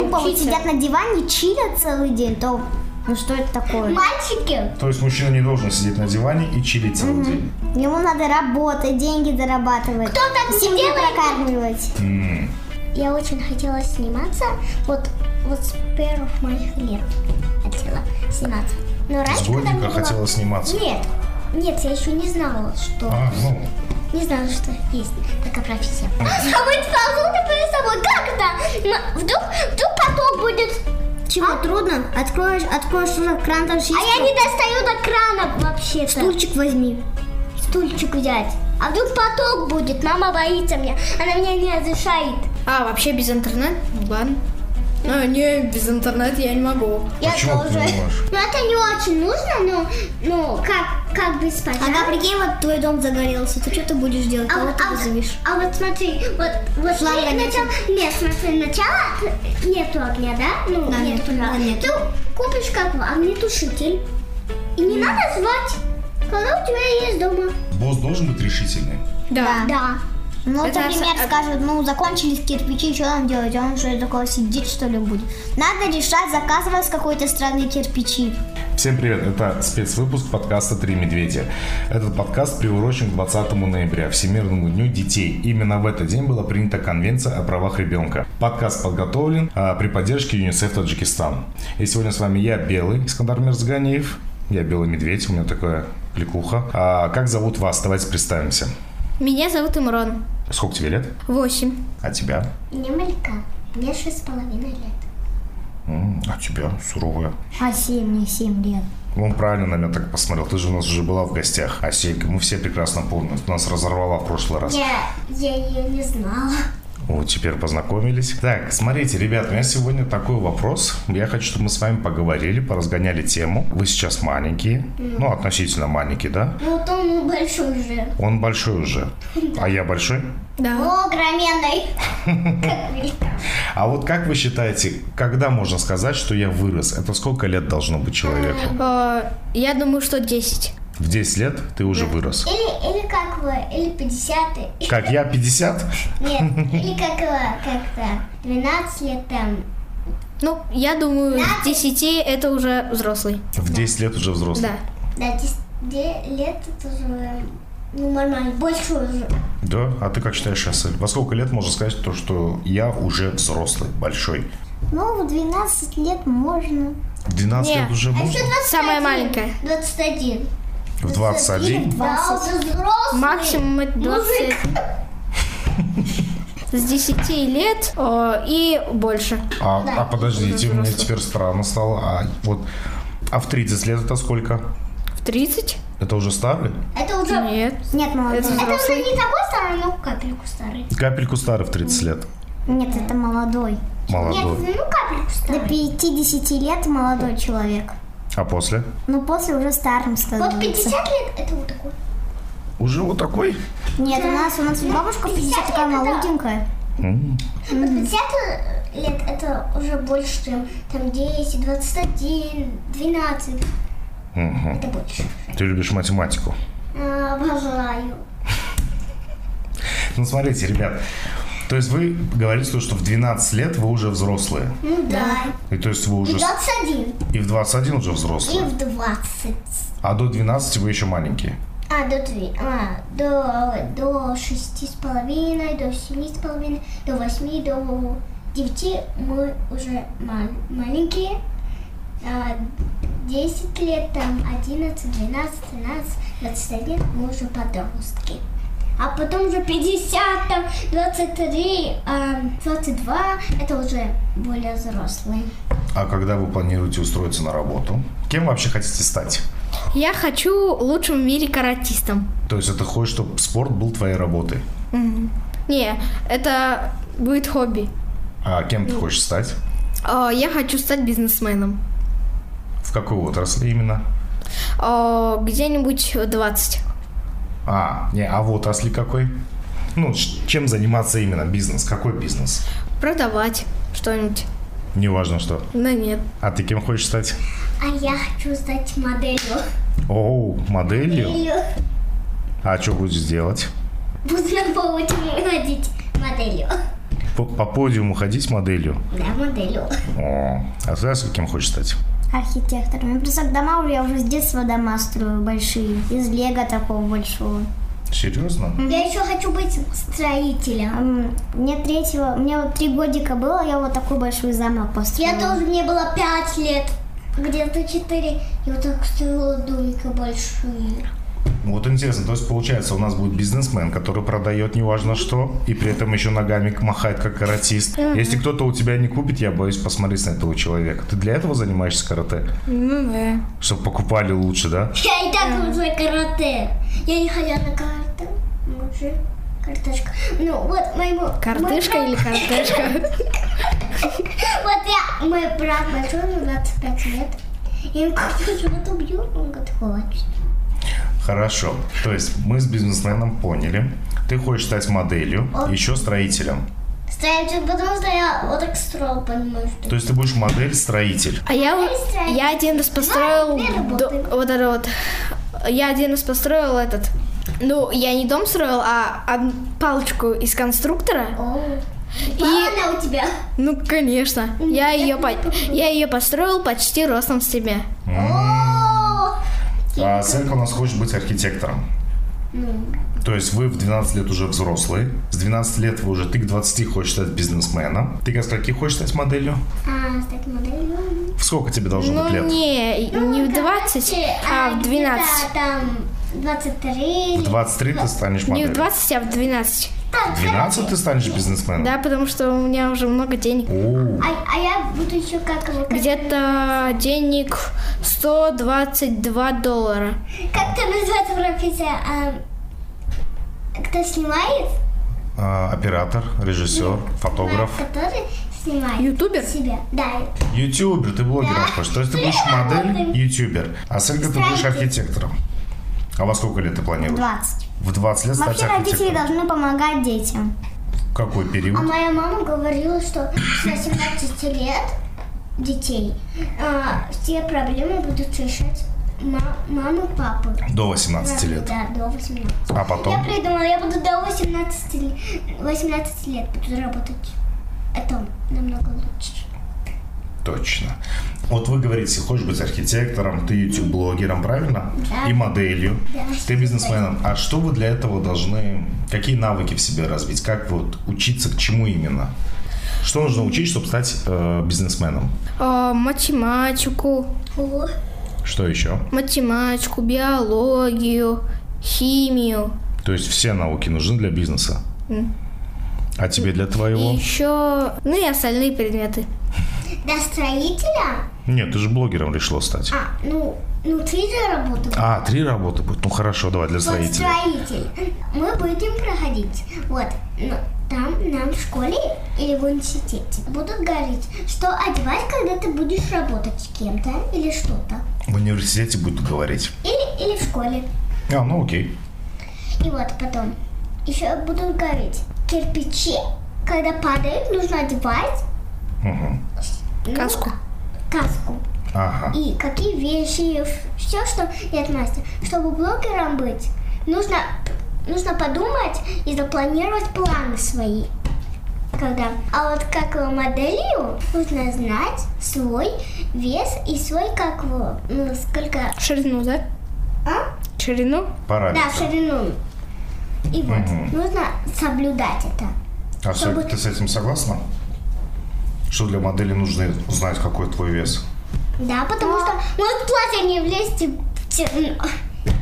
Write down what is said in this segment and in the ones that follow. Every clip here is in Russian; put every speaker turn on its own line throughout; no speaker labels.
глупо, вот
учиться.
сидят на диване, чилят целый день, то ну что это такое?
Мальчики,
То есть мужчина не должен сидеть на диване и чилить целый день.
Ему надо работать, деньги зарабатывать.
Кто так не
семью
делает?
прокармливать.
М,
я очень хотела сниматься вот, вот с первых моих лет хотела сниматься. Но раньше,
С
когда
годика
мне А было-
хотела сниматься.
Нет, нет, я еще не знала, что...
А, ну,
Не знала, что есть такая профессия. А Собой ползунка перед собой. Как это? На- Вдруг, вдруг поток будет.
Чего трудно? Откроешь, откроешь уже кран, там же
А
есть
я не достаю до крана вообще-то.
стульчик возьми.
Стульчик взять. А вдруг поток будет. Мама боится меня. Она меня не разрешает.
А, вообще без интернета? Ну, Ладно. А, не, без интернета я не могу.
Я
почему ты
тоже.
не можешь?
Ну это не очень нужно, но ну как как бы спать.
Ага, прикинь, вот твой дом загорелся, ты что ты будешь делать?
А,
Кого
вот-
ты
а, вот-
вызовешь?
а вот смотри, вот, вот
Шланга
ты
нет.
начал- нет, смотри, начало т- нету огня, да? Ну,
Да,
нет,
нет, да, нет.
Ты купишь как бы огнетушитель. И не надо звать, когда у тебя есть дома.
Босс должен быть решительный.
Да.
Да.
Ну, вот,
Это а-
например,
абсо-
скажут, ну, закончились кирпичи, что нам делать? А Он что, такого сидит, что ли, будет? Надо решать, заказывать с какой-то страны кирпичи.
Всем привет, это спецвыпуск подкаста «Три медведя». Этот подкаст приурочен к 20 ноября, Всемирному дню детей. Именно в этот день была принята Конвенция о правах ребенка. Подкаст подготовлен а, при поддержке ЮНИСЕФ Таджикистан. И сегодня с вами я, Белый, Искандар Мерзганиев. Я Белый Медведь, у меня такая кликуха. А как зовут вас? Давайте представимся.
Меня зовут Имрон.
Сколько тебе лет?
Восемь.
А тебя?
Мне маленька, мне шесть с половиной лет.
М, а тебя? Суровая.
А семь, мне семь лет.
Он правильно на меня так посмотрел. Ты же у нас уже была в гостях. Аселька, мы все прекрасно помним. Ты нас разорвала в прошлый раз.
Я, я ее не знала.
Вот теперь познакомились. Так, смотрите, ребят, у меня сегодня такой вопрос. Я хочу, чтобы мы с вами поговорили, поразгоняли тему. Вы сейчас маленькие, ну, относительно маленькие, да?
Вот он большой же.
Он большой уже, а я большой.
Да.
Огроменный. Как велика.
А вот как вы считаете, когда можно сказать, что я вырос? Это сколько лет должно быть человеку?
А, я думаю, что 10.
В 10 лет ты уже вырос.
Или, или как вы, или 50
Как, я 50?
Нет, или как, э, как-то 12 лет там.
Ну, я думаю, с 10 это уже взрослый.
В 10 лет уже взрослый.
Да.
Да, 10 де- лет это уже, ну, нормально, больше уже.
Да? А ты как считаешь, Асель? Во сколько лет можно сказать то, что я уже взрослый, большой?
Ну, в 12 лет можно.
В 12 лет
Не.
а
уже можно?
Самая маленькая.
21.
А В 21?
Да, уже взрослый.
Максимум это 20. С 10 лет а, и больше.
А,
Да.
а подождите, мне теперь странно стало. А вот, а в 30 лет это сколько?
В 30?
Это уже старый?
Это уже,
Нет.
Нет, молодой.
Это
это уже
взрослый.
не такой старый, а но капельку старый.
Капельку старый в 30 лет.
Нет, это молодой.
Молодой.
Нет, ну капельку
До
старый.
50 лет молодой человек.
А после?
Но после уже старым
Вот
становится.
50 лет это вот такой.
Уже вот такой?
Нет, у нас у нас бабушка 50 такая
50 Ну, лет, да.
молоденькая.
М,
Вот 50 лет это уже больше, чем там 10, 21, 12.
мгм.
Это больше.
Ты любишь математику.
А, Обожаю.
Ну, смотрите, ребят. То есть вы говорите, то, что в 12 лет вы уже взрослые.
Ну да.
И то есть вы
И
уже...
21,
И в 21 уже
и
взрослые.
в 20.
А до 12 вы еще маленькие.
А, до 3, а, до, до 6 с половиной, до 7 с половиной, до 8, до 9 мы уже мал- маленькие. А, 10 лет, там 11, 12, 13, 21 мы уже подростки. А потом уже 50, там 23, а, 22 это уже более взрослые.
А когда вы планируете устроиться на работу? Кем вообще хотите стать?
Я хочу лучшим в мире каратистом.
То есть это хочешь, чтобы спорт был твоей работой?
Не, это будет хобби.
А кем ты хочешь стать?
А, я хочу стать бизнесменом.
В какой отрасли именно?
А, где-нибудь в 20.
А, не, а в отрасли какой? Ну, ч- чем заниматься именно? Бизнес? Какой бизнес?
Продавать что-нибудь.
Неважно что.
Да нет.
А ты кем хочешь стать?
А я хочу стать моделью.
О, моделью?
Моделью.
А что будешь делать?
Буду на паутину водить моделью.
по, по подиуму ходить моделью?
Да, моделю.
О, а знаешь, кем хочешь стать?
Архитектором. Ну, просто к домам я уже с детства дома строю большие. Из лего такого большого.
Серьезно?
Я еще хочу быть строителем.
Ам, Мне третьего, мне вот три годика было, я вот такой большой замок построила.
Я тоже, мне было пять лет, где-то четыре. Я вот так строила домика большие.
Ну, Вот интересно, то есть получается у нас будет бизнесмен, который продает неважно что, и при этом еще ногами махает как каратист. Если кто-то у тебя не купит, я боюсь посмотреть на этого человека. Ты для этого занимаешься карате?
Ну да.
Чтобы покупали лучше, да?
Я и так уже карате. Я не ходила на карате. Уже картошка. Ну вот моему...
Картышка
мой
или
брат-
картешка?
Вот я, мой брат большой, ему 25 лет. Я ему куплю живот убью, он говорит, хочет.
Хорошо. То есть мы с бизнесменом поняли. Ты хочешь стать моделью, еще строителем.
Строитель, потому что я вот так строил, понимаешь, что...
То есть ты будешь модель-строитель.
А я, вот- я один раз построил
Мама, две
до-
работы.
вот это вот. Я один раз построил этот. Ну, я не дом строил, а од- палочку из конструктора.
О,
И,
она у тебя.
ну, конечно, я ее, по- я ее построил почти ростом с тебя.
О,
А Сенка у нас хочет быть архитектором. То есть вы в 12 лет уже взрослые, с 12 лет вы уже, ты к 20 хочешь стать бизнесменом, ты ко скольки хочешь стать моделью?
А, с таким моделью.
В сколько тебе должно
Ну,
быть лет?
не, не в 20, а в 12.
где-то там 23.
В 23 ты станешь
Не
моделью.
в 20, а в 12.
В 12 ты станешь бизнесменом?
Да, потому что у меня уже много денег.
О,
А, а я буду еще как его... Как,
Где-то денег 122 доллара.
как там называется профессия? А, кто снимает?
а, оператор, режиссер, фотограф,
А, Который снимает.
Ютубер?
Себя. Да,
ютубер, ты блогером хочешь. То есть ты будешь модель, ютубер, а Сенка ты будешь
Строитель.
архитектором. А во сколько лет ты планируешь?
20.
В 20 лет стать
Вообще родители
архитектором.
должны помогать детям.
В Какой
А
период?
моя мама говорила, что с 18 лет детей а, все проблемы будут решать ма- мама, папа.
А
До 18 лет.
Да, до 18.
А
Я
потом?
придумала, я буду до 18, ле- 18 лет буду работать. Это намного лучше.
Точно. Вот вы говорите, хочешь быть архитектором, ты YouTube-блогером, правильно?
Да.
И моделью.
Да.
Ты бизнесменом. А что вы для этого должны, какие навыки в себе развить? Как вот учиться, к чему именно? Что нужно учить, чтобы стать э, бизнесменом?
А, математику,
О,
Что еще?
математику, биологию, химию.
То есть все науки нужны для бизнеса. А тебе для
И
твоего?
еще, ну и остальные предметы.
до строителя?
Нет, ты же блогером решила стать.
А, ну, ну ты же работал.
А, три работы будет. Ну хорошо, давай для
Вот
строителя.
строитель. Мы будем проходить. Вот. Но там нам в школе или в университете будут говорить, что одевать, когда ты будешь работать с кем-то или что-то.
В университете будут говорить.
Или, или в школе.
А, ну окей.
И вот потом еще будут говорить, кирпичи, когда падают, нужно одевать
Мгм.
ну,
Каску.
каску.
Ага.
И какие вещи, все, что... Нет, Настя, чтобы блогером быть, нужно, нужно подумать и запланировать планы свои. Когда. А вот как его моделью, нужно знать свой вес и свой, как его, ну, сколько...
Ширину, да?
А?
Ширину?
Да,
Параметры.
ширину. И вот,
Мгм.
нужно соблюдать это.
А Сань,
Чтобы-
ты с этим согласна? Что для модели нужно знать, какой твой вес?
Да, потому что может платье не влезть и...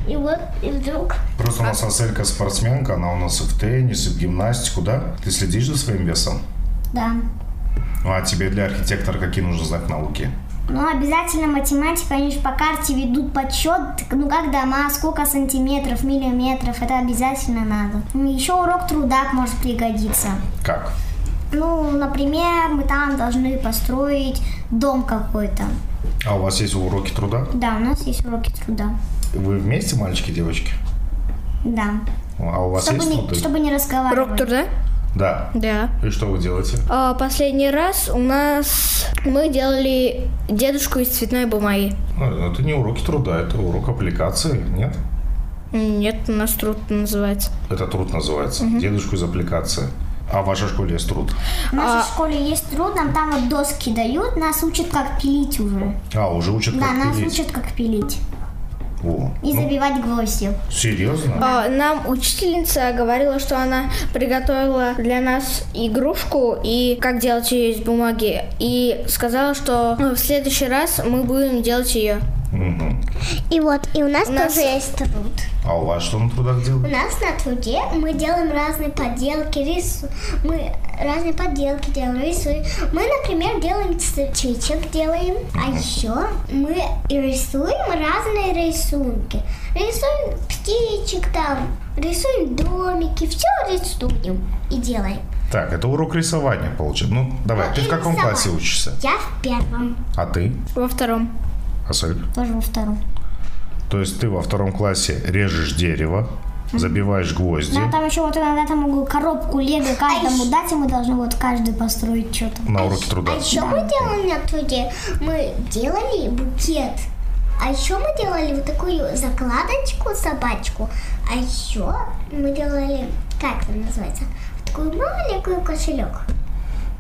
И вот, и вдруг...
Просто у нас
А?
Аселька спортсменка, она у нас и в теннис, и в гимнастику, да? Ты следишь за своим весом?
Да.
Ну, а тебе для архитектора какие нужно знать науки?
Ну, обязательно математика, они же по карте ведут подсчет, ну, как дома, сколько сантиметров, миллиметров, это обязательно надо. Еще урок труда может пригодиться.
Как?
Ну, например, мы там должны построить дом какой-то.
А у вас есть уроки труда?
Да, у нас есть уроки труда.
Вы вместе, мальчики, девочки?
Да.
А у вас
Чтобы
есть
не,
труды?
чтобы не разговаривать.
Рок да?
Да.
Да.
И что вы делаете?
А, последний раз у нас мы делали дедушку из цветной бумаги.
Ну, Это не уроки труда, это урок аппликации, нет?
Нет, у нас труд называется.
Это труд называется. Дедушку из аппликации. А в вашей школе есть труд?
В нашей школе есть труд, нам там вот доски дают, нас учат как пилить уже.
А, уже учат
Да,
как
нас
пилить.
учат как пилить
О,
и
ну,
забивать гвозди.
серьезно?
А, Нам учительница говорила, что она приготовила для нас игрушку и как делать ее из бумаги. И сказала, что в следующий раз мы будем делать ее.
Мгм.
И вот, и у нас,
У нас-
тоже есть труд.
А у вас что на трудах
У
делают?
нас на труде мы делаем разные поделки, рису... мы разные поделки делаем, рисуем. Мы, например, делаем цветочек, делаем, а еще мы и рисуем разные рисунки. Рисуем птичек там, рисуем домики, все рисуем и делаем.
Так, это урок рисования получен. Ну, давай,
Да,
ты в
и
каком
рисовать.
классе учишься?
Я в первом.
А ты,
Во втором.
Асаль?
Тоже во втором.
То есть ты во втором классе режешь дерево, забиваешь гвозди.
Нам там еще вот иногда там могу коробку лего каждому дать, и мы должны вот каждый построить что-то.
На уроке труда.
А еще мы делали на труде, мы делали букет. А еще мы делали вот такую закладочку собачку. А еще мы делали, как это называется, вот такую маленькую кошелек.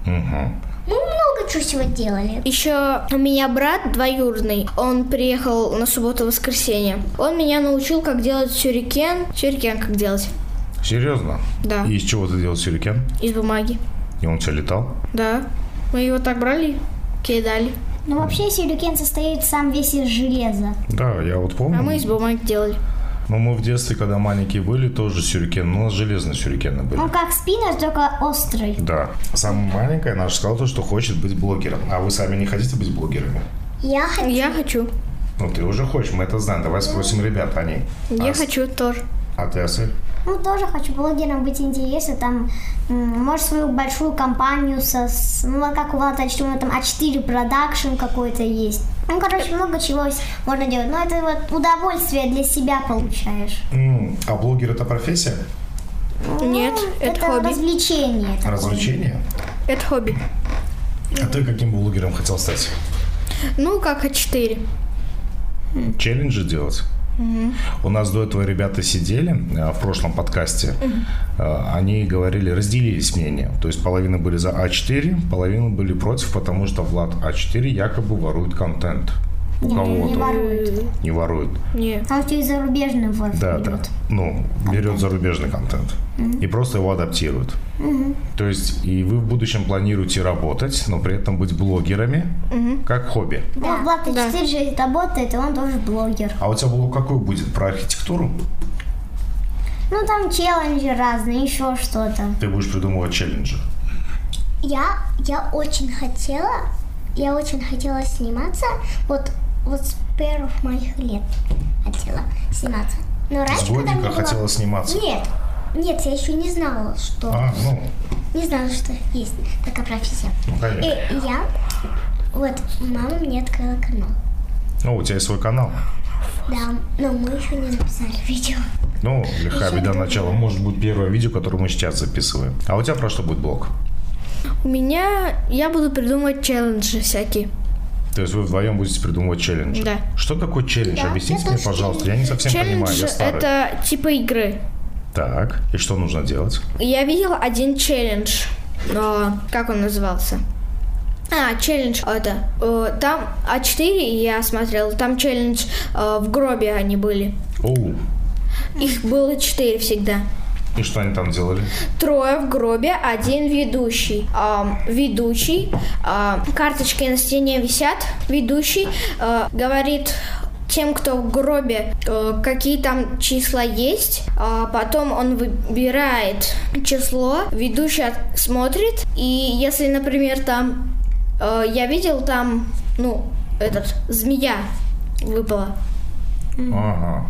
Мгм.
Мы много чего всего делали.
Еще у меня брат двоюродный, он приехал на субботу-воскресенье. Он меня научил, как делать сюрикен. Сюрикен как делать?
Серьезно?
Да.
И из чего ты делал сюрикен?
Из бумаги.
И он у тебя летал?
Да. Мы его так брали, кидали.
Ну вообще сюрикен состоит сам весь из железа.
Да, я вот помню.
А мы из бумаги делали.
Но мы в детстве, когда маленькие были, тоже сюрикен. Но у нас железные сюрикены были.
А.
Он как спиннер, только острый.
Да. Самая маленькая наша сказала то, что хочет быть блогером. А вы сами не хотите быть блогерами?
Я хочу.
Я хочу.
Ну, ты уже хочешь, мы это знаем. Давай спросим ребят, они.
Я
а, с-
хочу тоже.
А ты, Асель?
Ну, тоже хочу блогером быть интересно, там, м, может, свою большую компанию со, с- ну, а как у Влада Альчуна, там, А4 продакшн какой-то есть. Ну, короче, много чего с- можно делать. Но это вот удовольствие для себя получаешь.
М, а блогер это профессия?
Нет, это, хобби.
развлечение. такое.
Развлечение?
Это хобби.
А ты каким блогером хотел стать?
Ну, как А4.
челленджи делать. У нас до этого ребята сидели э, в прошлом подкасте. Э, Они говорили, разделились мнения. То есть половина были за А4, половина были против, потому что Влад А4 якобы ворует контент. У
Не
кого-то.
ворует.
Не ворует.
Нет.
Там все и зарубежный вайф
Да, да.
идет.
Ну, берет зарубежный контент. И просто его адаптирует. То есть, и вы в будущем планируете работать, но при этом быть блогерами, как хобби.
Ну, Влад А4 же работает, и он тоже блогер.
А у тебя блог какой будет? Про архитектуру?
Ну, там челленджи разные, еще что-то.
Ты будешь придумывать челленджи.
Я, я очень хотела, я очень хотела сниматься вот, вот с первых моих лет хотела сниматься. Но
С
раньше, когда мне
годика
было-
хотела сниматься.
Нет, нет, я еще не знала, что
А, ну,
Не знала, что есть такая профессия.
ну,
И
конечно.
я... Вот, мама мне открыла канал.
Ну, у тебя есть свой канал.
Да, но мы еще не написали видео.
Ну, лиха беда начала. Может быть, первое видео, которое мы сейчас записываем. А у тебя про что будет блог?
У меня... Я буду придумывать челленджи всякие.
То есть вы вдвоем будете придумывать челленджи?
Да.
Что такое челлендж?
Да,
Объясните
это
мне,
что?
пожалуйста. Я не совсем понимаю,
челлендж
я
—
старый.
это типа игры.
Так, и что нужно делать?
Я видела один челлендж. Но как он назывался? А, челлендж это. э, Там А4 я смотрела, там челлендж э, в гробе они были.
Оу,
Их было четыре всегда.
и что они там делали?
Трое в гробе, один ведущий. Ам, ведущий. ам, карточки на стене висят. Ведущий э, говорит тем, кто в гробе, э, какие там числа есть. А потом он выбирает число. Ведущий от- смотрит. И если, например, там... э, я видел там, ну, этот, змея выпала.
Ага.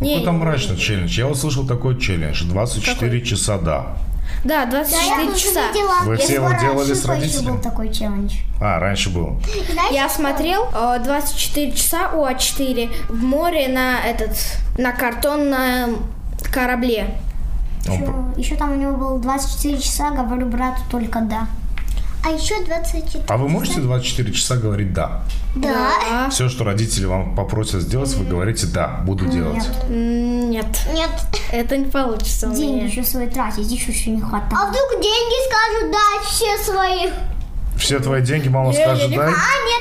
Не,
Какой там мрачный челлендж? Я вот слышал такой челлендж. 24 часа, да.
Да,
Да, я
24
тоже
часа.
видела.
Вы
Я
все его
скоро
делали с
ошибка, еще
родителями?
был такой челлендж.
А, раньше был.
Я смотрел э, 24 часа у А4 в море на этот на картонном корабле.
Он Ну,
Еще, еще там у него было 24 часа, говорю брату только да.
А еще 24.
А вы можете 24 часа говорить «да»?
Да.
А,
Все, что родители вам попросят сделать, вы говорите «да, буду делать».
м, Нет,
Нет.
это не получится у
Деньги
меня.
еще свои тратить, здесь еще не
А
хватает.
вдруг деньги скажут да все свои?
Все твои деньги мама
я
скажет
не
«да».
А нет,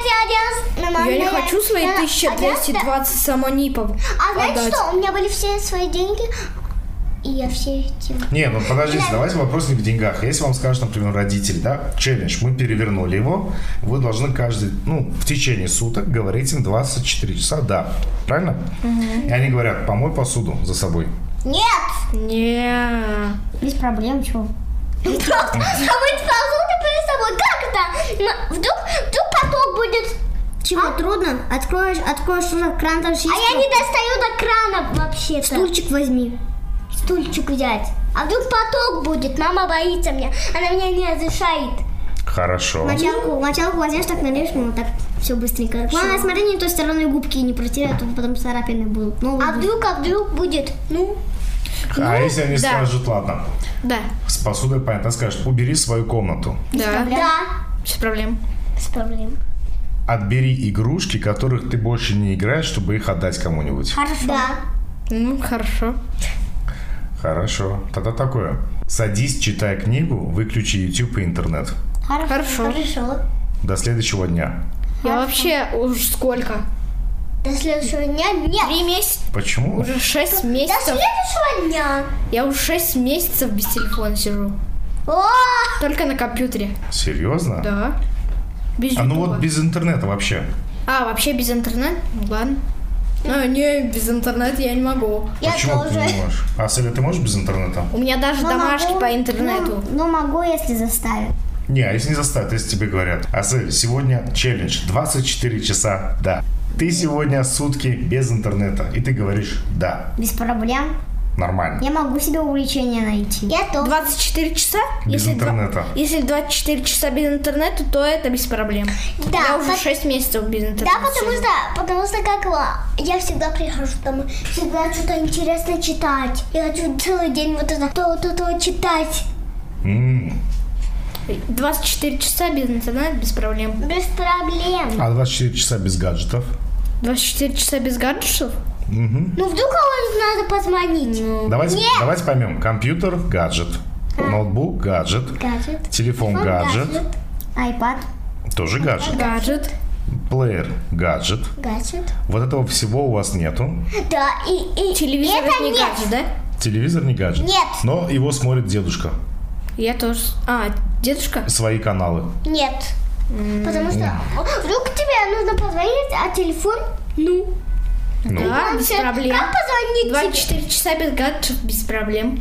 я один. раз-
Я не
Мама,
хочу свои
я-
1220 самонипов
А знаете
отдать.
что? У меня были все свои деньги, и я все эти...
Не, ну подождите, давайте вопрос не в деньгах. Если вам скажет, например, родитель, да, челлендж, мы перевернули его, вы должны каждый, ну, в течение суток говорить им 24 часа «да». Правильно? И они говорят «помой посуду за собой».
Нет!
Не.
А
Без проблем, чего?
Просто помыть посуду перед собой. Как это? На- Вдруг, вдруг поток будет...
Чего трудно? Откроешь, откроешь уже кран, там же есть
А я не достаю до крана вообще-то.
стульчик возьми.
Стульчик взять. А вдруг поток будет? Мама боится меня. Она меня не разрешает.
Хорошо.
Мочалку, мочалку возьмешь, так нальешь, ну так все быстренько. Главное, смотри, не той стороной губки не протирай, а то потом царапины будут. Ну,
А вдруг, а вдруг будет? Ну,
А если они
Ну, да.
скажут «ладно»,
Да.
с посудой понятно, скажут «убери свою комнату».
Да.
да.
Без проблем.
С проблем.
Отбери игрушки, которых ты больше не играешь, чтобы их отдать кому-нибудь.
Хорошо.
Да.
Ну, хорошо.
Хорошо. Тогда такое. Садись, читай книгу, выключи YouTube и интернет.
Хорошо.
Хорошо.
До следующего дня.
Я вообще уж сколько?
До следующего дня? Нет.
Три месяца.
Почему?
Уже шесть
До
месяцев.
следующего дня.
Я уже шесть месяцев без телефона сижу.
О,
Только на компьютере.
Серьезно?
Да. Без
А ну
Ютуба.
вот без интернета вообще.
А, вообще без интернета? Ну, Ладно. Ну, не, без интернета я не могу.
я
Почему
тоже.
ты не можешь? А, Селя, ты можешь без интернета?
У меня даже
Ну,
домашки
могу,
по интернету.
Ну, ну, могу, если заставят.
Не, а если не заставят, если тебе говорят. Асель, сегодня челлендж 24 часа, да. Ты сегодня сутки без интернета, и ты говоришь «да».
Без проблем.
Нормально.
Я могу себе увлечение найти.
Я тоже.
24 ну, часа?
Без
Если два-
интернета.
Если 24 часа без интернета, то это без проблем.
Да,
я уже
пот-
6 месяцев без интернета.
Да, потому
сижу.
что, потому что как а, я всегда прихожу домой, всегда что-то интересное читать. Я хочу целый день вот это то, то, то читать.
М.
24 часа без интернета, без проблем.
Без проблем.
А 24 часа без гаджетов?
24 часа без гаджетов?
Мгм.
Ну вдруг кого-нибудь надо позвонить.
Ну,
Давайте, давайте поймем. Компьютер – гаджет. Ноутбук – гаджет.
Гаджет.
Телефон –
Он
гаджет.
Айпад.
Тоже гаджет.
Гаджет.
Плеер – гаджет.
Гаджет.
Вот этого всего у вас нету.
Да, и, и
Телевизор
это
это не
нет.
гаджет, да?
Телевизор не гаджет.
Нет.
Но его смотрит дедушка.
Я тоже. с- А, дедушка?
Свои каналы.
Нет. Потому что вдруг тебе нужно позвонить, а телефон, ну,
Ну,
Да, А, без
всё,
проблем.
как позвонить тебе?
24 часа без гаджетов, без проблем.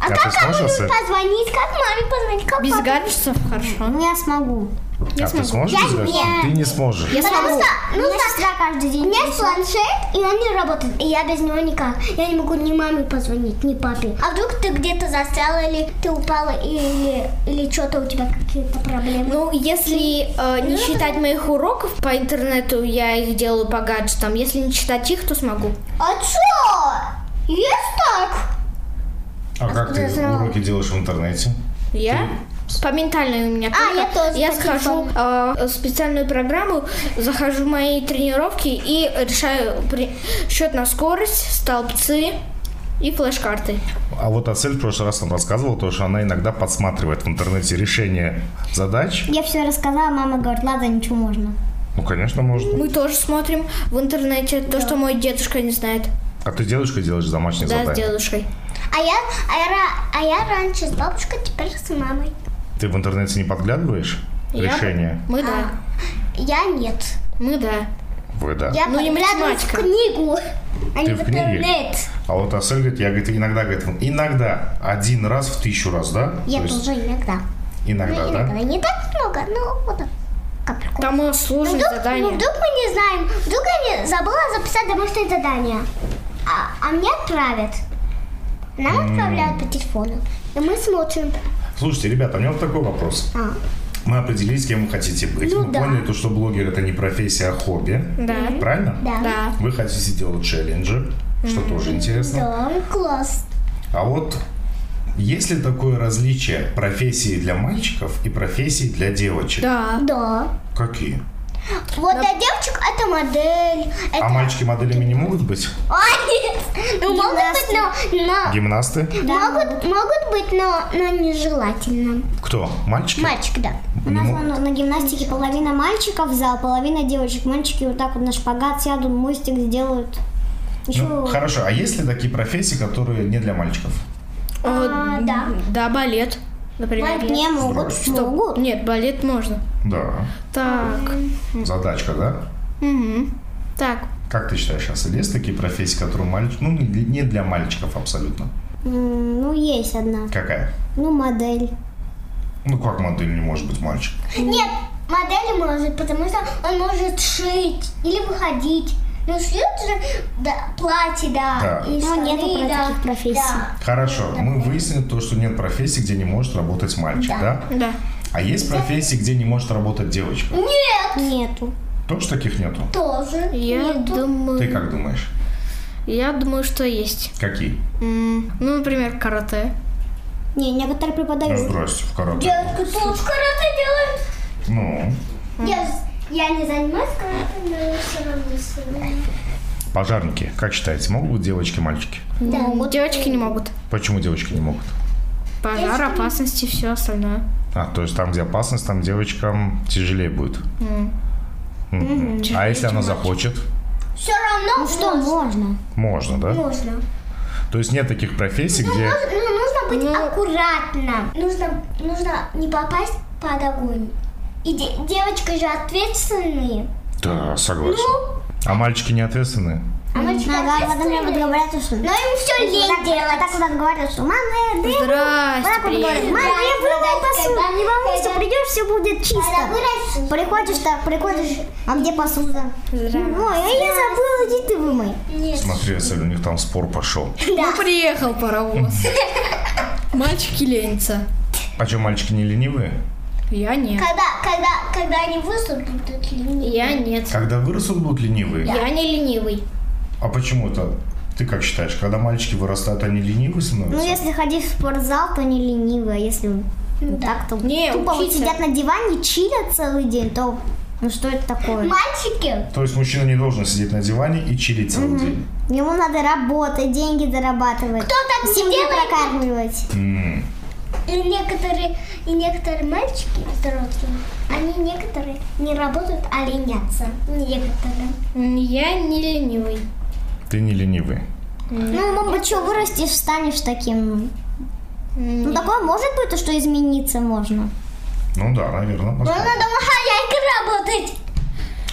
А
ты
как
сможешь,
кому-нибудь
Асель?
позвонить? Как маме позвонить? Как
Без
папе?
гаджетов хорошо.
Ну, я смогу.
а ты сможешь
Я
без гаджета?
нет.
Ты не сможешь.
Я
Потому
смогу.
что
У меня
нужно
сестра каждый
ну У
день.
меня есть
приносит.
планшет, и он не работает. И я без него никак. Я не могу ни маме позвонить, ни папе. А вдруг ты где-то застряла, или ты упала, или, или что-то у тебя какие-то проблемы.
Ну, если э, не считать моих уроков по интернету, я их делаю по гаджетам. Если не считать их, то смогу.
А чё? Есть так?
А как ты уроки делаешь в интернете?
Я? По ментальной у меня только.
А, я тоже
Я
по
схожу э, в специальную программу, захожу в мои тренировки и решаю счет на скорость, столбцы и флеш-карты.
А вот Асель в прошлый раз нам рассказывала, то, что она иногда подсматривает в интернете решение задач.
Я все рассказала, мама говорит, ладно, ничего можно.
Ну, конечно, можно.
Мы тоже смотрим в интернете то, что мой дедушка не знает.
А ты дедушкой делаешь домашние
Да, с
задания?
дедушкой.
А я, а, я, ра- а я раньше с бабушкой, теперь с мамой.
Ты в интернете не подглядываешь
Я-
решение?
А.
Мы да.
Я нет.
Мы да.
Вы да.
Я
Ну, не
подглядываю в
математика.
книгу, а не
Ты
в
в книге?
интернет.
А вот Асель говорит, я говорит, иногда, говорит, иногда, один раз в тысячу раз, да?
Я
То есть
тоже иногда. Ну,
иногда,
иногда.
да?
Не так много, но вот так. Капельку.
Там у нас
Ну,
сложные
вдруг, ну,
задания.
вдруг мы не знаем, вдруг я не забыла записать домашнее задание, а, а мне отправят. Нам отправляют по телефону, и мы смотрим.
Слушайте, ребята, у меня вот такой вопрос.
А.
Мы определились, кем вы хотите быть.
Ну
мы
да.
поняли, то, что блогер это не профессия, а хобби.
Да.
Правильно?
Да.
Да.
Вы хотите делать челленджи, что тоже интересно.
Да, класс.
А вот Есть ли такое различие профессии для мальчиков и профессии для девочек?
Да.
Да.
Какие?
Вот для девочек это модель.
А
Это...
мальчики моделями не могут быть?
Ой, ну, могут быть, но, но-
Гимнасты?
могут, могут быть, но, но нежелательно.
Кто? Мальчики?
Мальчик, да.
У нас
Мо-
вон на гимнастике половина мальчиков в зал, половина девочек. Мальчики вот так вот на шпагат сядут, мостик сделают. Еще
Ну, хорошо, а есть ли такие профессии, которые не для мальчиков?
А, да.
Да, балет, например.
не могут.
Здорово.
Что?
Могут.
Нет, балет можно.
Да.
Так.
Задачка, да?
Мгм. Так.
Как ты считаешь, сейчас есть такие профессии, которые мальчик, ну не для- не для мальчиков абсолютно?
М, Ну, есть одна.
Какая?
Ну, модель.
Ну как модель не может быть мальчик?
Нет, модель может, потому что он может шить или выходить. Ну, шьют же да, платье, да.
Да.
и
Ну, нету
штаны,
про
да,
таких профессий.
да.
Хорошо, мы выяснили то, что нет профессии, где не может работать мальчик, да?
Да.
А есть профессии, где не может работать девочка?
Нет,
Нету.
Тоже таких нету?
тоже
Я
нету.
думаю.
Ты как думаешь?
Я думаю, что есть.
Какие?
М, Ну, например, карате.
Не, некоторые
Ну,
преподают.
здрасте, в карате.
Девочка тоже карате делает.
Ну,
А.
Я, ж- я не занимаюсь карате, но я все равно сильная.
пожарники, как считаете, могут быть девочки, мальчики?
Да,
Могут. Девочки не могут.
Почему девочки не могут?
Пожар, опасности, все остальное.
А, то есть там, где опасность, там девочкам тяжелее будет.
М.
Мгм. А если она
чем
захочет?
Все равно
Ну что,
можно.
можно?
Можно, да?
Можно.
То есть нет таких профессий, где...
Ну, нужно быть
Ну.
аккуратно. Нужно, нужно не попасть под огонь. И де- девочки же ответственные.
Да, согласен. А мальчики не ответственные?
А мальчики
Ага, потом мне вот
ответственные.
говорят, что...
Но им все Ну, лень
Вот Ну, так, вот
делать.
так вот говорят, что мама, э, дым,
Здрасте,
Папа говорит,
привет.
мама, я вымыл посуду,
Когда-
не волнуйся,
когда-
придешь, все будет
Когда
чисто.
вырастешь,
Приходишь, так, приходишь, а где посуда? Ой, а я забыла, иди ты вымой.
Нет.
Смотри, если у них там спор пошел.
Ну, приехал паровоз. Мальчики ленятся.
А что, мальчики не ленивые?
Я нет.
Когда, когда, когда они выступят, тут лень.
Я нет.
Когда вырастут, будут ленивые?
Я не ленивый.
А почему это? Ты как считаешь, когда мальчики вырастают, они ленивые
Ну,
становятся?
если ходить в спортзал, то не ленивая. Если вот так, то
Не,
тупо вот
учиться.
сидят на диване, чилят целый день, то ну что это такое?
Мальчики,
То есть мужчина не должен сидеть на диване и чилить целый день?
Ему надо работать, деньги зарабатывать.
кто так не
Семью
делает?
прокармливать.
М,
И некоторые, и некоторые мальчики взрослые, они некоторые не работают, а ленятся. Некоторые.
Я не ленивый.
Ты не ленивый.
Ну, мама, что, вырастешь, станешь таким. Ну, такое может быть, то, что измениться можно.
Ну да, наверное.
Но
посмотрим.
надо домохозяйкой работать.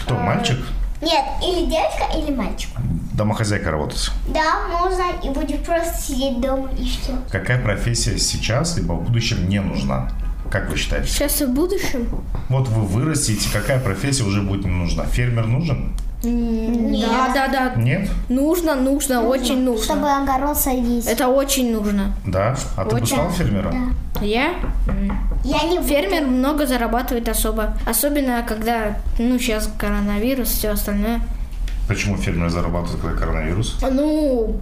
Кто, мальчик?
Нет, или девочка, или мальчик.
Домохозяйка работать.
Да, можно и будет просто сидеть дома и все.
Какая профессия сейчас, либо в будущем не нужна? Как вы считаете?
Сейчас и в будущем?
Вот вы вырастете, какая профессия уже будет не нужна? Фермер нужен?
Да, да, да.
Нет?
Нужно, нужно, очень нужно.
Чтобы огород садить.
Это очень нужно.
Да? А ты бы
Очень.
стал фермером?
Я?
Я не
Фермер много зарабатывает особо. Особенно, когда, ну, сейчас коронавирус, все остальное.
Почему фермер зарабатывает, когда коронавирус?
Ну,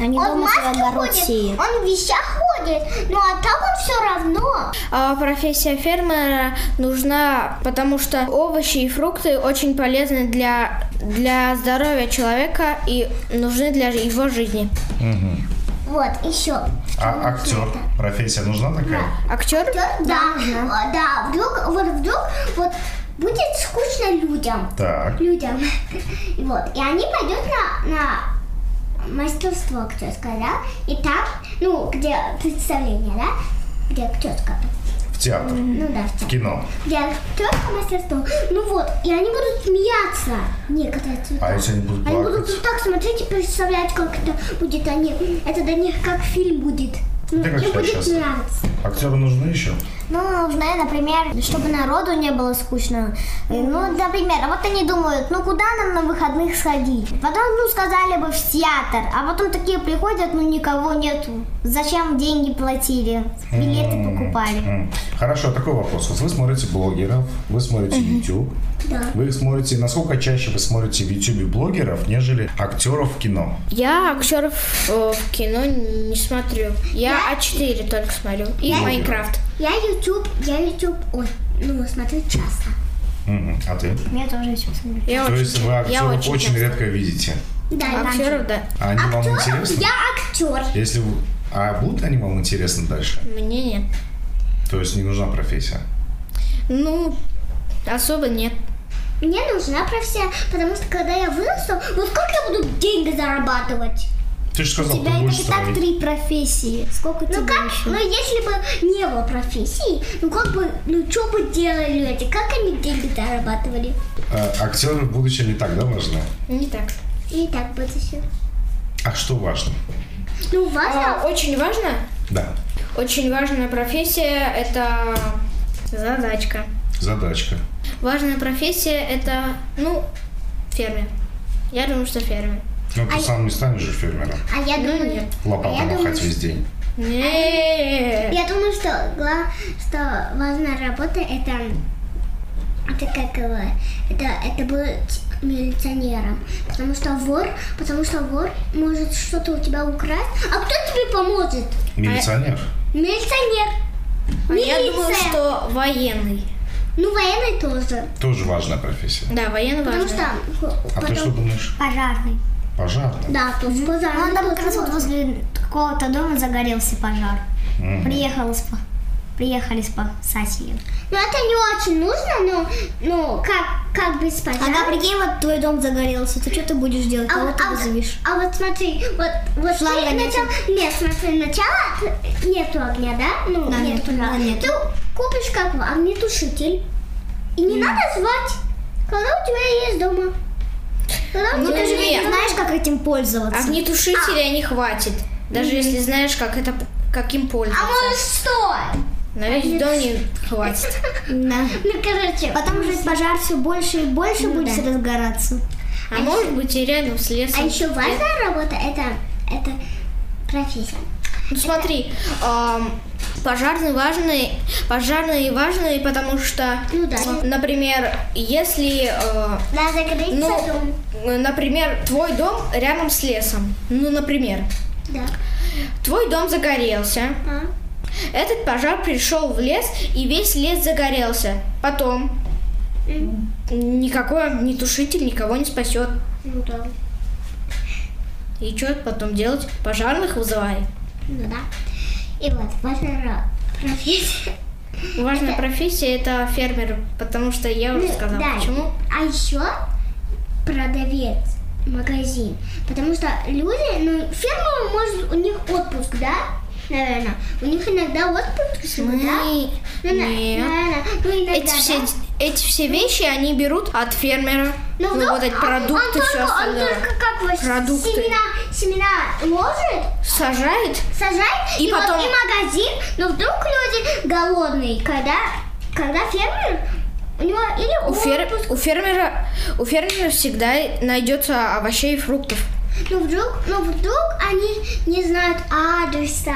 Они
Он в
А дома свой
маске
огород
ходит,
сеют.
он в вещах ходит, но а так он все равно.
А профессия фермера нужна, потому что овощи и фрукты очень полезны для, для здоровья человека и нужны для его жизни.
Вот, еще.
А актер? Профессия нужна такая?
Актер?
Да, а, да, вдруг, вот вдруг, вот будет скучно людям.
Так.
людям. И Вот. И они пойдут на, на мастерство актерское, да? И там, ну, где представление, да? Где актерское.
В театр,
Ну да, в
в
театре.
кино.
Где актерское мастерство. Ну вот, и они будут смеяться. Некоторые цвета.
А если они будут
Они будут
плакать?
вот так смотреть и представлять, как это будет. Они, это для них как фильм будет. Ну,
Ты как
им
считаешь
будет
сейчас?
нравиться.
Актеры нужны еще?
Ну, нужны, например, чтобы народу не было скучно. Э, Ну, например, вот они думают, ну куда нам на выходных сходить? Потом, ну, сказали бы в театр, а потом такие приходят, ну никого нету. Зачем деньги платили? Билеты покупали.
М. Хорошо, такой вопрос. Вот вы смотрите блогеров, вы смотрите YouTube. Вы их смотрите, насколько чаще вы смотрите в YouTube блогеров, нежели актеров в кино?
Я актеров э, в кино не смотрю. Я А4 только смотрю. И Майнкрафт.
Я YouTube, я YouTube, ой, ну, смотрю часто.
Мгм. А ты?
Я тоже сейчас смотрю.
Я
То
очень-
есть вы
я
актеров очень,
часто-
редко видите.
Да, и раньше.
Актеров, да.
А они вам интересны?
Я актер.
Если вы- А будут они вам интересны дальше?
Мне нет.
То есть не нужна профессия?
Ну, особо нет.
Мне нужна профессия, потому что когда я вырасту, вот как я буду деньги зарабатывать?
Ты же сказал,
тебя
ты
и
будешь
так и так
строить.
три профессии. Сколько тебе
Ну как,
еще?
ну если бы не было профессии, ну как бы, ну что бы делали люди, как они деньги зарабатывали?
А, Актеры в будущем не так, да, важны?
Не так.
И так бы это все.
А что важно?
Ну важно,
А, очень важно,
Да,
очень важная профессия – это задачка.
задачка.
Важная профессия – это, ну, фермер. Я думаю, что Ну, фермер.
Ну, ты сам не станешь же фермером.
а я
ну,
думаю,
Лопатой
А я
махать
думаю,
весь день.
Нет.
я думаю, что гла, что важная работа это, это как его, это, это быть милиционером, потому что вор, потому что вор может что-то у тебя украсть, а кто тебе поможет?
Милиционер?
Милиционер.
А
А Я
Милиция.
думаю, что военный.
Ну, военный тоже.
Тоже важная профессия.
Да, военный
Потому что
важно.
А ты что думаешь?
Пожарный.
Пожарный?
Да, тоже пожар.
Он там
тоже
как раз вот
пожар.
возле какого-то дома загорелся пожар. Приехал спа- Приехали спасатели.
Ну, это не очень нужно, но, ну, как, как без пожара.
Ага, прикинь, вот твой дом загорелся. Ты что ты будешь делать?
А
Кого
вот-
ты
а вот-
вызовешь?
А вот смотри, вот, вот ты
Флага нет.
начал... Нет, смотри, начало нету огня, да? Ну,
Да,
нет
нету, да, нету.
Ты купишь как его, огнетушитель. И не надо звать, когда у тебя есть дома. Когда у
Ну,
тебя
ты же
есть
не
дома.
Знаешь, как этим пользоваться?
Огнетушителя не хватит. Даже если знаешь, как это, каким
А
пользоваться.
может что?
На весь дом не хватит.
Да. Ну
Ну, короче,
Потом же пожар все больше и больше будет разгораться.
А может быть и рядом с
А
лесом.
еще важная работа это, это профессия.
Ну, смотри, эм, пожарный важный, пожарный важный, потому что,
Ну да.
э, например, если, э,
Надо закрыть
ну,
дом.
э, например, твой дом рядом с лесом, ну, например,
Да.
твой дом загорелся,
А.
этот пожар пришел в лес и весь лес загорелся. Потом никакой огнетушитель никого не спасет.
Ну да.
И что потом делать? Пожарных вызывай.
Ну да. И вот важная ра- профессия.
Важная профессия это фермер, потому что я уже
Ну,
сказала,
да.
почему.
А еще продавец магазин. Потому что люди, ну, ферма, может, у них отпуск, да? Наверное. У них иногда отпуск, да?
Мы-
Ну, на-
Нет.
наверное. Ну, иногда,
Эти все,
да?
эти все вещи они берут от фермера.
Ну,
Ну,
вдруг
вот эти
он- он
продукты,
только,
все
Он
остальное.
только как вот
Продукты.
семена, семена ложит,
Сажает.
сажает,
И
вот
потом-
и магазин, но вдруг люди голодные, когда, когда фермер, у него или
У, фер-
отпуск,
у фермера у фермера всегда найдется овощей и фруктов.
но вдруг, но вдруг они не знают адреса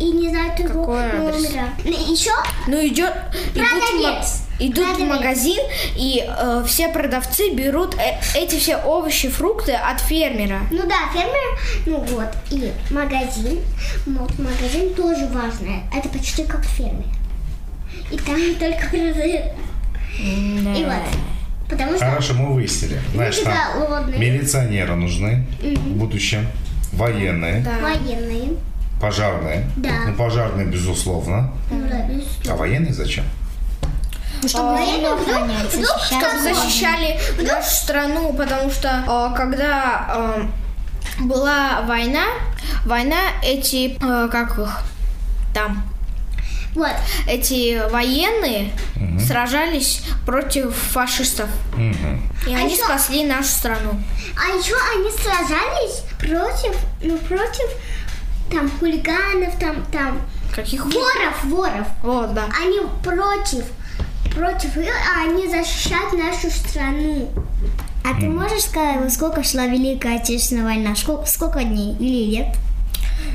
и не знают его
Какой адрес?
номера. Еще
Ну идет идут, в ма-
Продавец.
идут в
Продавец.
магазин и э, все продавцы берут э- эти все овощи, фрукты от фермера.
Ну да, фермер, ну вот, и магазин. Ну, Вот магазин тоже важное. Это почти как фермер. И там только продают. И вот. Потому что
Хорошо, мы выяснили. Знаешь,
Люди
там
голодные.
милиционеры нужны в будущем, военные,
военные.
пожарные.
Да.
Ну, пожарные, безусловно.
Ну да, Ну, без-
А военные зачем?
Чтобы
военные вдруг- вдруг
Чтобы защищали нашу страну, потому что э, когда э, была война, война эти, э, как их там,
Вот.
эти военные сражались против фашистов.
Мгм.
И они
ещё-
спасли нашу страну.
А еще они сражались против, ну против там хулиганов, там, там,
Каких?
Воров, воров.
Вот, да.
Они против, против, её, а они защищают нашу страну.
А ты можешь сказать, во сколько шла Великая Отечественная война? Сколько, сколько дней или лет?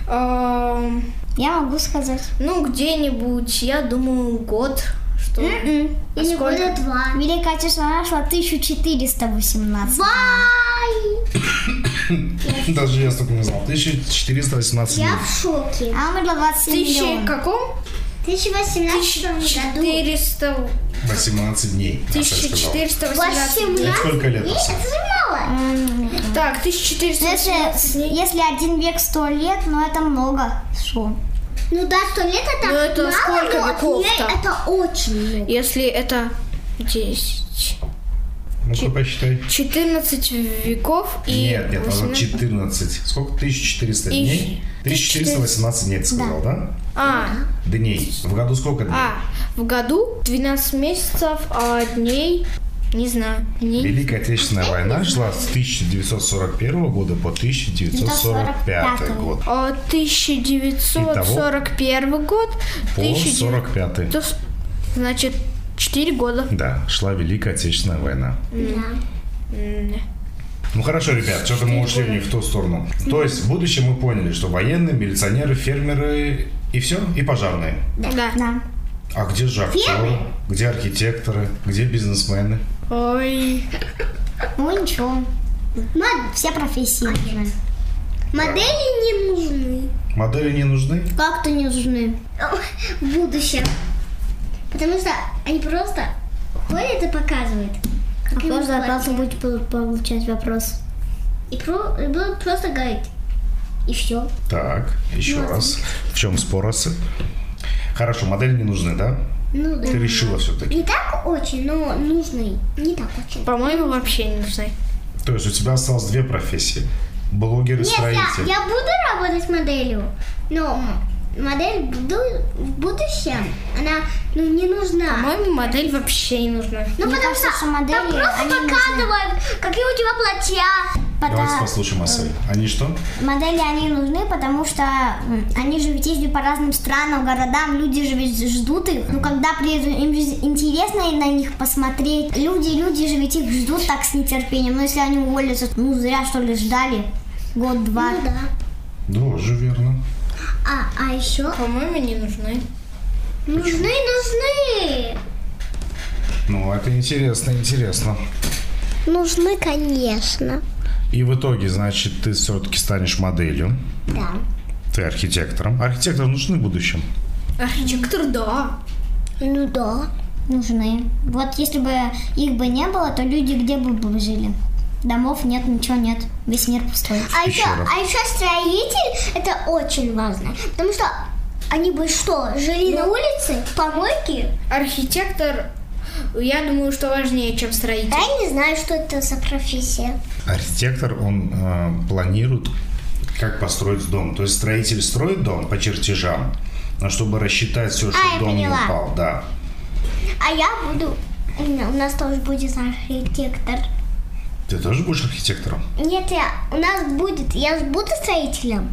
Эм,
Я могу сказать.
ну, где-нибудь, я думаю, год, что ли. А
Или
сколько?
года два.
Великая Отечественная война шла 1418.
Бай!
Даже я столько не знал. 1418
Я
дней.
в шоке.
А умерло 27
Тысячи
миллионов.
каком?
В 2018 году.
400,
18 дней. а что я сказал?
1418.
Это
18
сколько лет?
Нет,
вообще?
это же мало.
Так, 1418
Если,
дней.
если один век 100 лет, ну это много. Шо?
Ну да, 100 лет это,
Ну, это
мало,
сколько
но от
веков-то?
ней это очень много.
Если это 10,
Ну-ка посчитай.
14 веков и
Нет, ну, нет, назад
18.
14. Сколько? 1400 дней? 1418 дней, ты сказал, да?
А,
Дней. В году сколько дней?
а, в году 12 месяцев, а дней, не знаю, дней.
Великая Отечественная война шла с 1941 года по 1945 год.
А, 1941 год,
По 1945.
то с- значит, 4 года.
Да, шла Великая Отечественная война.
М,
Ну хорошо, ребят, что-то мы ушли не в ту сторону. То есть в будущем мы поняли, что военные, милиционеры, фермеры и все, и пожарные.
Да.
Да.
А где же актеры? Где архитекторы? Где бизнесмены?
Ой.
Ну ничего. Ну,
Мод-
Все профессии.
Модели не нужны
Модели не нужны?
Как-то не нужны.
в будущем. Потому что они просто ходят и показывают.
А
как им
кто зарплату
платят.
будет пол- получать вопрос?
И, про- и будут просто говорить. И все.
Так, еще раз. В чем споросы? Хорошо, модели не нужны, да?
Ну да.
Ты решила все-таки.
Не так очень, но нужный. Не так очень.
По-моему, вообще не нужны.
То есть у тебя осталось две профессии. Блогер и
Нет, я,
строитель.
я буду работать моделью, но м- модель буду в будущем, она ну, не нужна.
По-моему, модель вообще не нужна.
Ну,
Мне
потому
кажется,
что
что модели,
там просто
они нужны.
показывают, какие у тебя платья.
Давайте
Пота-
послушаем Асей. Они что?
Модели они нужны, потому что м, они же ведь ездят по разным странам, городам, люди же ведь ждут их. Ну, когда приедут, им же интересно и на них посмотреть. Люди, люди же ведь их ждут так с нетерпением. Но если они уволятся, ну, зря, что ли, ждали год-два.
Ну да.
Тоже верно.
А, а еще
По-моему, не нужны.
Ну
нужны, нужны.
Ну, это интересно, интересно.
Нужны, конечно.
И в итоге, значит, ты все-таки станешь моделью.
Да.
Ты архитектором. Архитекторы нужны в будущем.
Архитектор, да.
Ну да.
Нужны. Вот если бы их бы не было, то люди где бы бы жили? Домов нет, ничего нет. Весь мир пустой.
А еще,
Ещё раз.
а еще строитель это очень важно, потому что они бы что, жили на улице, в помойке?
Архитектор, я думаю, что важнее, чем строитель.
Я не знаю, что это за профессия.
Архитектор, он э, планирует, как построить дом. То есть строитель строит дом по чертежам, но чтобы рассчитать все, что
А, я
дом не
поняла.
упал. Да.
А я буду... У меня- у нас тоже будет архитектор.
Ты тоже будешь архитектором?
Нет, я, у нас будет... Я же буду строителем.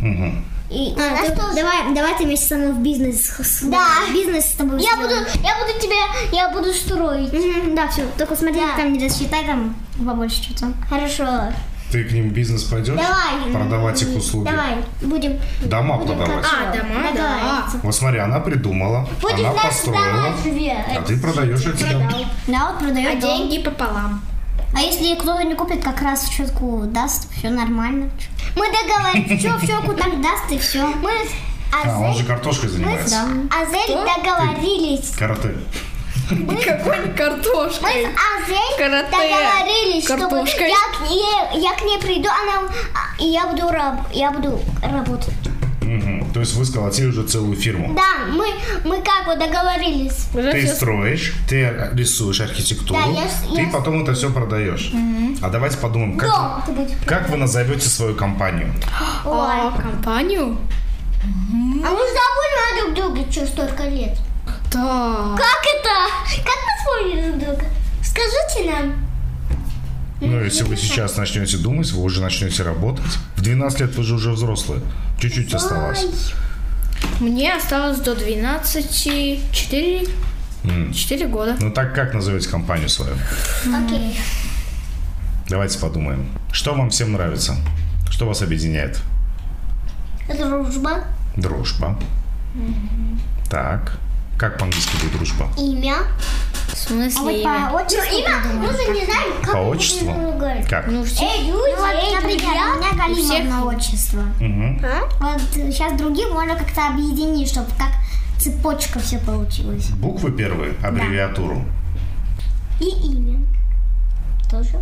Угу.
И у
А,
нас
ты-
тоже-
давай, давай ты вместе со мной в бизнес. с-
Да.
в Бизнес с тобой.
Я
сделаем.
буду, я буду тебя... Я буду строить.
Мгм, да, все. Только смотри,
Да.
там не рассчитай, там побольше что-то.
Хорошо.
Ты к ним в бизнес пойдешь?
Давай.
Продавать их услуги.
Давай. Будем...
Дома
будем
продавать.
как-
А, дома, да.
договариваться.
Вот смотри, она придумала,
Будем
она
наши
построила.
дома жить.
А ты продаешь эти дома.
Да, вот продает
А деньги пополам.
А если кто-то не купит, как раз в четку даст, все нормально.
Мы договорились.
Все, все, куда даст и все.
Мы... с- А
А, он
Зель-
же картошкой занимается.
Азель договорились.
Карате.
Какой не картошка.
Мы с
А
Азель
Карате.
договорились, что
Картошкой.
я к ней, я к ней приду, она а, и я буду раб- я буду работать.
Мгм. То есть вы сколотили уже целую фирму.
Да, мы мы как бы договорились.
Ты строишь, ты рисуешь архитектуру,
Да, я с-
ты
я с-
потом это все продаешь. А давайте подумаем, как, А.
Дом ты будешь.
как вы назовете свою компанию?
Ой.
компанию?
А мы забыли друг друга что столько лет.
Да.
Как это? Как мы вспомнили друг друга? Скажите нам.
Ну, если вы сейчас начнете думать, вы уже начнете работать. В 12 лет вы же уже взрослые. Чуть-чуть осталось.
Ой.
Мне осталось до 12, 4, 4 года.
Ну так как назовете компанию свою?
Окей.
Давайте подумаем. Что вам всем нравится? Что вас объединяет?
Дружба.
Дружба. Так. Как по-английски будет дружба?
Имя.
В
А вот
смысле имя?
по
Ну,
отчеству
Мы
придумай.
же не знаем, как
По
мы будем
отчеству?
друг другу говорить.
Как?
Ну, все.
Эй, люди,
Ну, вот,
эй,
например, у
друзья.
меня Галина
всех-
одно отчество. А?
Мгм.
Вот сейчас других можно как-то объединить, чтобы как цепочка все получилось.
Буквы первые, аббревиатуру.
И имя. Тоже.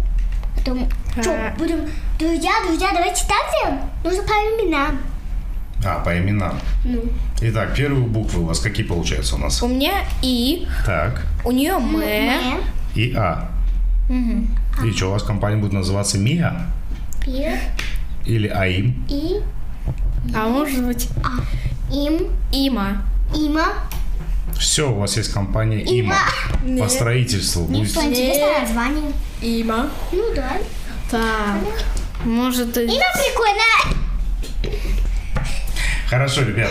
Потом,
А.
что, будем, друзья, друзья, давайте так сделаем? Нужно по именам.
А, по именам. Итак, первые буквы у вас какие получаются у нас?
У меня И,
Так.
у нее Мэ,
Э.
И А. И что, у вас компания будет называться МИА?
Пир.
Или АИМ?
И.
а может быть
Им.
Има.
Има.
Все, у вас есть компания ИМА. По
Нет.
строительству. будет-
Что интересное название.
Има.
Ну да.
Так, может и...
Имя прикольное.
Хорошо, ребят.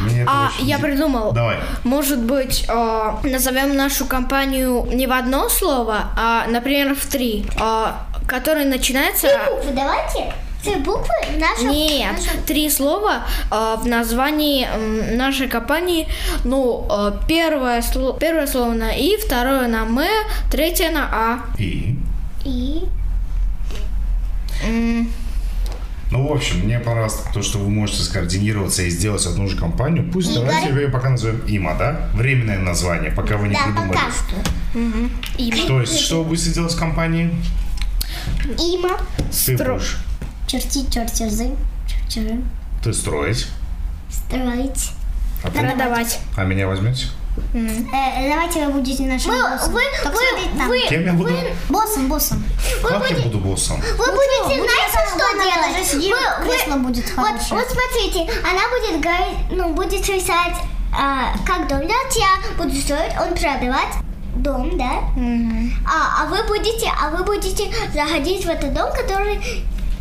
Мне это
А,
очень
я
ди-
придумал.
Давай.
Может быть, а, назовем нашу компанию не в одно слово, а, например, в три, а, которое начинается...
Буквы давайте. Все буквы в нашем...
Нет, три слова а, в названии м, нашей компании. Ну, а, первое, сло- первое слово на И, второе на М, третье на А.
И.
И.
М,
Ну, в общем, мне понравилось то, что вы можете скоординироваться и сделать одну же компанию. Пусть давайте ее пока назовем ИМА, да? Временное название, пока вы не
Да,
придумали.
пока что.
Има.
То есть, что вы будете делать с компанией?
Има.
Ты
Стро-
будешь
Черти, черт, черзы, черчеры.
ты строить,
Строить.
а, ты-
Продавать.
а меня возьмете?
Э, давайте вы будете нашим боссом.
Вы,
Только смотрите
вы,
там.
вы,
Кем я буду?
Боссом, боссом.
Как я буду боссом?
Вы будете, знаете, что делать? Вы- вы-
кресло будет
вот,
хорошее.
вот смотрите, она будет говорить, ну, будет рисовать, а, как дом делать, я буду строить, он продавать дом, да?
М-м-м.
А, а вы будете, а вы будете заходить в этот дом, который,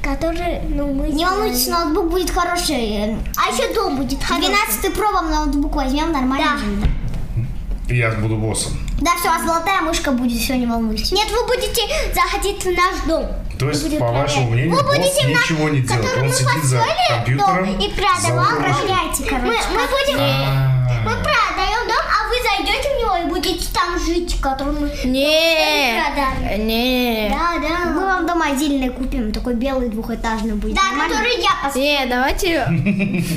который, ну, мы...
Не волнуйтесь,
сделали.
ноутбук будет хороший.
А еще дом будет хороший.
12 про вам ноутбук возьмем, нормально.
Да.
будет.
И Я буду боссом.
Да, все, у вас золотая мышка будет, все, не волнуйтесь.
Нет, вы будете заходить в наш дом.
То есть,
Будет
по
проверка.
вашему мнению,
Вы
босс
будете в нас-
ничего не делает.
который
Он
мы
сидит за
построили дом
компьютером.
и продавал,
за уровнем.
Проверяйте,
Мы,
короче.
мы будем...
А,
Мы продаем дом, а вы зайдете в него и будете там жить, который мы...
Не.
Э.
Продали.
Не.
Да,
Мы
да.
вам дом отдельный купим, такой белый двухэтажный будет.
Да,
нормально? А
который я поставила.
Не, давайте.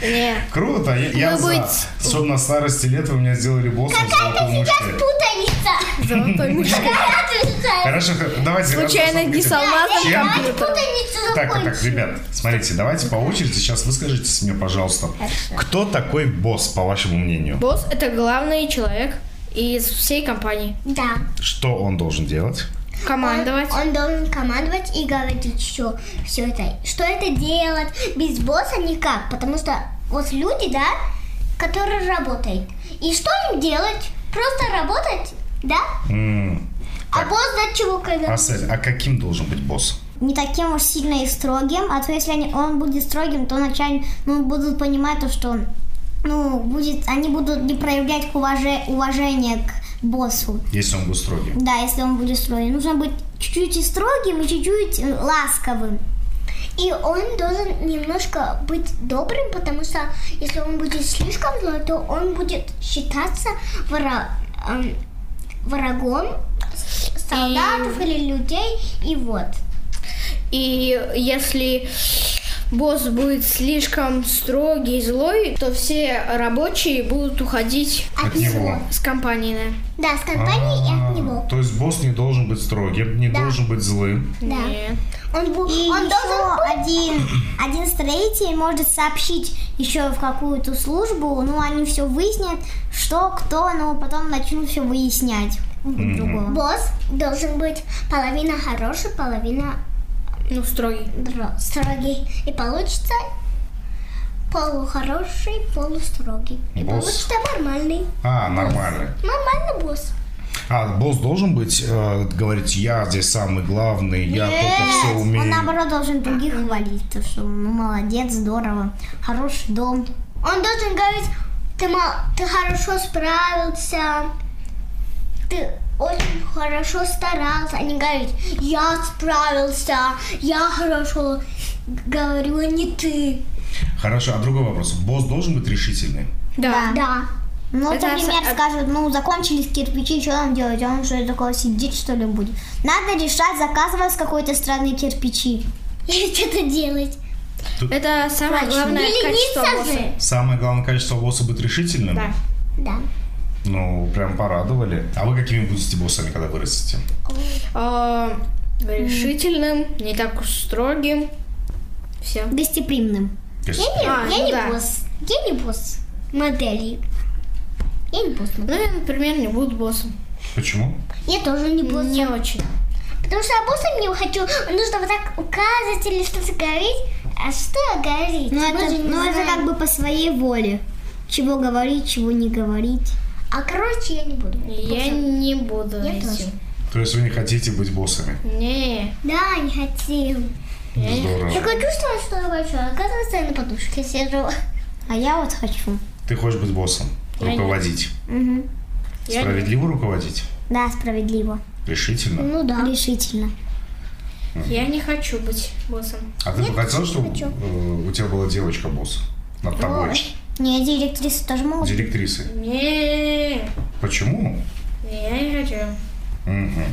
Не.
Круто, я, я
Вы
за.
будете-
Особенно на старости лет вы меня сделали боссом золотой мышкой.
Путаница.
Золотой мужик.
Какая путаница?
Хорошо, х- давайте.
Случайно
раз уж
не
мы
с
говорим-
алмазным
Чем?
компьютером.
Путаница
Так, так, так,
закончится.
ребят, смотрите, давайте по очереди сейчас выскажитесь мне, пожалуйста. Кто такой босс, по вашему мнению?
Босс – это главный человек из всей компании.
Да.
Что он должен делать?
Командовать.
Он, он должен командовать и говорить, что все это, что это делать. Без босса никак, потому что вот люди, да, которые работают. И что им делать? Просто работать, да?
М,
А босс до чего когда?
Асель, а каким должен быть босс?
не таким уж сильно и строгим, а то если они, он будет строгим, то начальник, ну, будут понимать то, что, ну, будет, они будут не проявлять к уваже- уважение к боссу.
Если он будет строгим.
Да, если он будет строгим. Нужно быть чуть-чуть и строгим, и чуть-чуть э, ласковым.
И он должен немножко быть добрым, потому что если он будет слишком злой, то он будет считаться вора- эм, врагом с- солдатов или людей. И вот.
И если босс будет слишком строгий и злой, то все рабочие будут уходить
От него.
с компании. да.
Да, с компанией и
А,
от него.
То есть босс не должен быть строгим, не должен быть злым.
Да.
Не.
Он, бу-
И
он
еще
должен быть...
один, один строитель может сообщить еще в какую-то службу, ну, они все выяснят, что, кто, но потом начнут все выяснять друг другого.
Босс должен быть половина хороший, половина
Ну, строгий.
дро- строгий. И получится полухороший, полустрогий. И
Босс.
получится нормальный.
А, нормально.
Нормальный босс.
А босс должен быть, э, говорить, я здесь самый главный, я только все умею.
Он наоборот должен других хвалить, то что ну молодец, здорово, хороший дом.
Он Он должен говорить, ты, мал- ты хорошо справился, ты очень хорошо старался, а не говорить, я справился, я хорошо говорю, а не ты.
Хорошо, а другой вопрос. Босс должен быть решительный?
Да.
Да.
Ну,
Это а
например,
с-
скажут, ну, закончились кирпичи, что нам делать? А он что, такого сидит, что ли, будет? Надо решать, заказывать с какой-то страны кирпичи.
И что-то делать.
Это самое главное
Не
качество
лениться
босса.
же.
Самое главное качество босса быть решительным?
Да.
Да.
Ну, прям порадовали. А вы какими будете боссами, когда вырастете?
А, решительным, не так уж строгим. Все.
Гостеприимным.
То есть-
А,
я
ну
не
да.
босс. Я не босс модели. Я не босс модели.
Ну, я, например, не буду боссом.
Почему?
Я тоже не босс.
Не очень.
Потому что я боссом не хочу. Нужно вот так указывать или что-то говорить. А что говорить?
Ну,
Мы
это,
же не
ну, это
знаем.
как бы по своей воле. Чего говорить, чего не говорить.
А короче, я не буду.
Я не буду
Я
этим.
тоже.
То есть вы не хотите быть боссами?
Не.
Да, не хотел.
Здорово.
Такое чувство, что я большое. Оказывается, я на подушке сижу.
А я вот хочу.
Ты хочешь быть боссом?
Я не-
Руководить.
Мгм.
Я не-
Справедливо руководить?
Да, справедливо.
Решительно.
Ну да.
Решительно.
Я не хочу быть боссом.
А ты бы хотел, чтобы э, у тебя была девочка босс над тобой?
Не, директрисы тоже могут.
Директрисой.
Не.
Почему?
Я не хочу.
Мгм.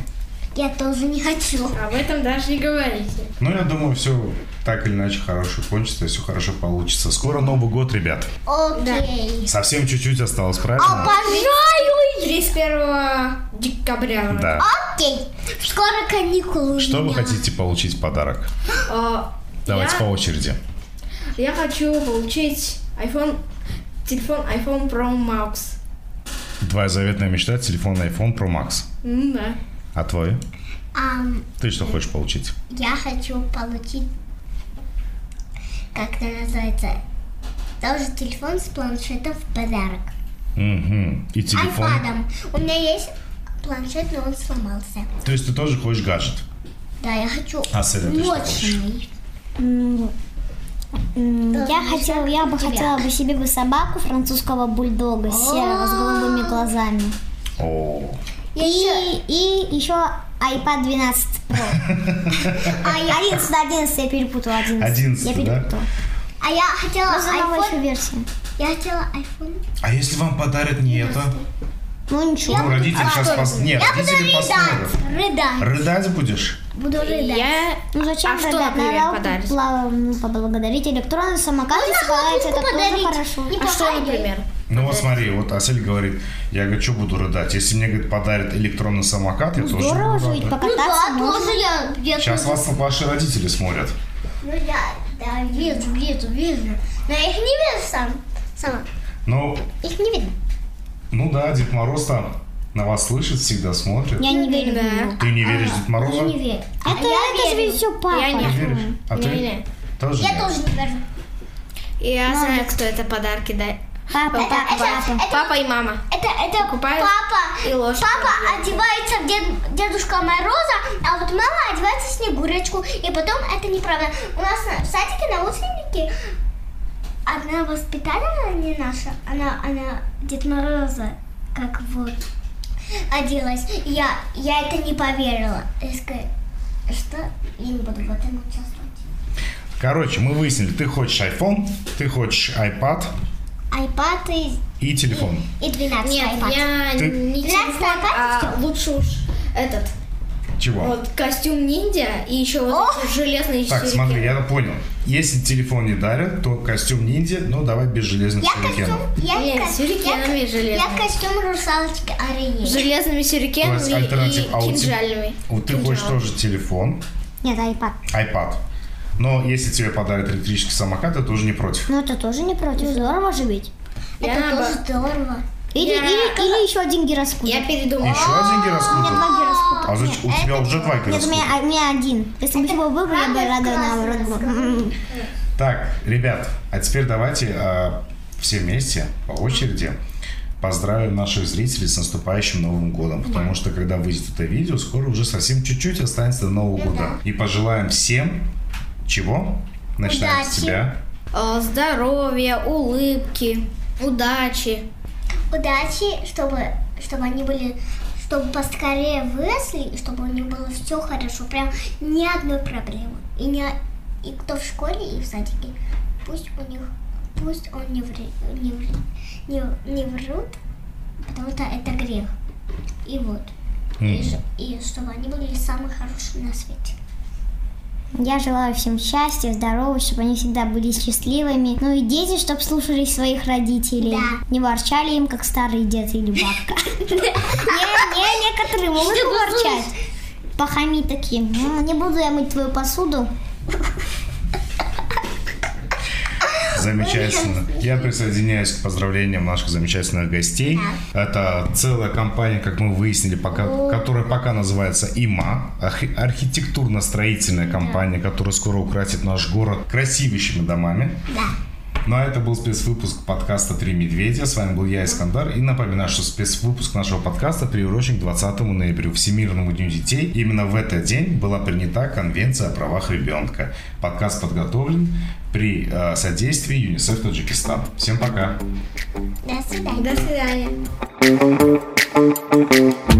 Я тоже не хочу.
Об этом даже не говорите.
Ну, я думаю, все так или иначе хорошо кончится, все хорошо получится. Скоро Новый год, ребят.
Окей.
Совсем чуть-чуть осталось,
А
правильно?
пожалуй,
31 декабря.
Да.
окей. Скоро каникулы. у
Что вы
меня.
хотите получить в подарок?
А,
Давайте
я-
по очереди.
Я хочу получить iPhone, телефон iPhone Pro Max.
Твоя заветная мечта – телефон iPhone Pro Max.
М, Да.
А твой?
Ам,
Ты что хочешь получить?
Я хочу получить, как это называется, тоже телефон с планшетом в подарок.
Мгм. И телефон.
Айпадом. У меня есть планшет, но он сломался.
То есть ты тоже хочешь гаджет?
Да, я хочу
А с этой ты что хочешь?
мощный.
М, м,
Да,
Я
ну,
хотела, я бы
тебя.
хотела бы себе бы собаку французского бульдога серого с
А.
голубыми глазами.
О,
И, и еще iPad 12 Pro. А я 11, 11, я перепутала 11.
11,
я
да?
перепутала.
А я хотела
Но за новую еще
iPhone.
версию.
Я хотела iPhone.
А если вам подарят не это?
Ну ничего.
Ну, родители сейчас пос... Нет,
А, Я буду
родители
рыдать.
посмотрят.
Рыдать.
Рыдать будешь?
Буду рыдать.
Я...
Ну зачем
А что,
рыдать?
например,
Надо
подарить?
пла- ну, поблагодарить электронный самокат,
Можно
если понравится, это
хлопушку
тоже
Ну, подарить.
хорошо.
Не
А что,
плохая
например?
Ну вот смотри, вот Асель говорит, я говорю, что буду рыдать? Если мне, говорит, подарят электронный самокат, я тоже
Здорово
буду
же, ведь
рыдать.
Ну
покататься
да,
можно.
тоже я. я
Сейчас
тоже-
вас ваши родители смотрят.
Ну я, да, вижу, вижу, вижу. Но я их не вижу сам, сама.
Ну,
Их не видно.
ну да, Дед Мороз там на вас слышит, всегда смотрит.
Я не верю в
Да.
него.
Ты не веришь Дед Морозу?
Я не верю. А
Это, это же все папа.
Я не-
Не веришь? А ты
Не-не.
тоже
Я
нет?
тоже не верю.
Я знаю, кто это подарки дает.
Папа,
Папа,
папа, папа.
это-
папа и мама.
Это, это
Купаюсь
папа.
и ложь
Папа одевается в дед- Дедушка Мороза, а вот мама одевается в Снегурочку. И потом это неправда. У нас на- в садике на утреннике одна воспитательница не наша, она, она Дед Мороза, как вот оделась. И Я, я это не поверила. Я сказала, что я не буду в этом участвовать.
Короче, мы выяснили, ты хочешь iPhone, ты хочешь iPad
Айпад и,
и телефон.
и 12
Нет,
iPad.
я
Ты-
не
Нравится
телефон, а
iPad?
лучше уж этот.
Чего?
Вот костюм ниндзя и еще вот
О!
эти железные
Так,
щитки.
смотри, я понял. Если телефон не дарят, то костюм ниндзя, но давай без железных
Я костюм,
сюрикенов.
я,
Нет,
ко-
с сюрикенами
я,
железными.
я костюм русалочки Ариэль.
Железными сюрикенами
То есть альтернатив- а у
и
тебя-
кинжальными.
Вот ты хочешь тоже телефон,
Нет, а iPad.
iPad. Но если тебе подарят электрический самокат, ты тоже не против.
Ну это тоже не против. Здорово же ведь.
Я,
Это
наоборот.
тоже здорово.
Или,
Я-
или, или еще один гироскутер.
я передумала.
Еще один
У меня
гироскутер?
два гироскутера.
А зачем? У тебя уже два
Нет, у
гироскутера.
меня, а, у меня один. Если бы его выбрали, я бы рада наоборот. была. М.
Так, ребят, а теперь давайте э, все вместе по очереди поздравим наших зрителей с наступающим Новым годом, потому что когда выйдет это видео, скоро уже совсем чуть-чуть
Ну
останется до Нового года. И пожелаем всем чего? Начинаем с
Удачи.
тебя.
э, здоровья, улыбки, удачи.
Удачи, чтобы, чтобы они были, чтобы поскорее выросли, и чтобы у них было все хорошо, прям ни одной проблемы. И, не, и кто в школе, и в садике, пусть у них, пусть он не, вре, не, вре- не, не врут, потому что это грех. И вот. И, ж- и чтобы они были самые хорошие на свете.
Я желаю всем счастья, здоровья, чтобы они всегда были счастливыми. Ну и дети, чтобы слушались своих родителей.
Да.
Не ворчали им, как старый дед или бабка. Не, не, некоторые могут ворчать. Похамить таким. «М, Не буду я мыть твою посуду.
Замечательно. Я присоединяюсь к поздравлениям наших замечательных гостей. Это целая компания, как мы выяснили, пока, которая пока называется ИМА. архи- Архитектурно-строительная компания, которая скоро украсит наш город красивейшими домами. Ну а это был спецвыпуск подкаста «Три медведя». С вами был я, Искандар. И напоминаю, что спецвыпуск нашего подкаста приурочен к 20 ноября, Всемирному дню детей. Именно в этот день была принята Конвенция о правах ребенка. Подкаст подготовлен при э, содействии ЮНИСЕФ Таджикистан. Всем пока!
До свидания.
До свидания.